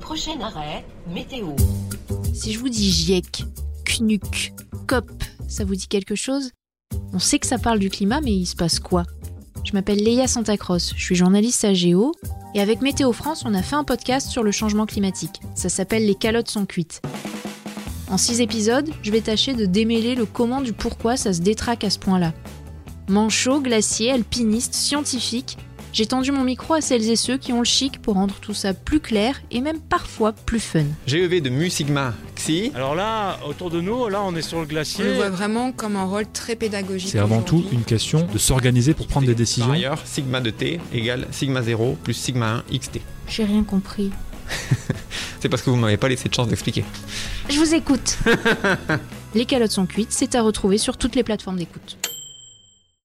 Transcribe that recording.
Prochain arrêt, météo. Si je vous dis GIEC, CNUC, COP, ça vous dit quelque chose On sait que ça parle du climat, mais il se passe quoi Je m'appelle Léa Santacross, je suis journaliste à Géo, et avec Météo France, on a fait un podcast sur le changement climatique. Ça s'appelle Les calottes sont cuites. En six épisodes, je vais tâcher de démêler le comment du pourquoi ça se détraque à ce point-là. Manchot, glacier, alpiniste, scientifique, j'ai tendu mon micro à celles et ceux qui ont le chic pour rendre tout ça plus clair et même parfois plus fun. GEV E de mu sigma xi. Alors là, autour de nous, là, on est sur le On le glacier. voit vraiment comme un rôle très pédagogique. C'est avant tout aujourd'hui. une question de s'organiser pour prendre des Par décisions. ailleurs, sigma de t égale sigma 0 plus sigma 1 xt. J'ai rien compris. C'est parce que vous m'avez pas laissé de chance d'expliquer. Je vous écoute. Les calottes sont cuites, c'est à retrouver sur toutes les plateformes d'écoute.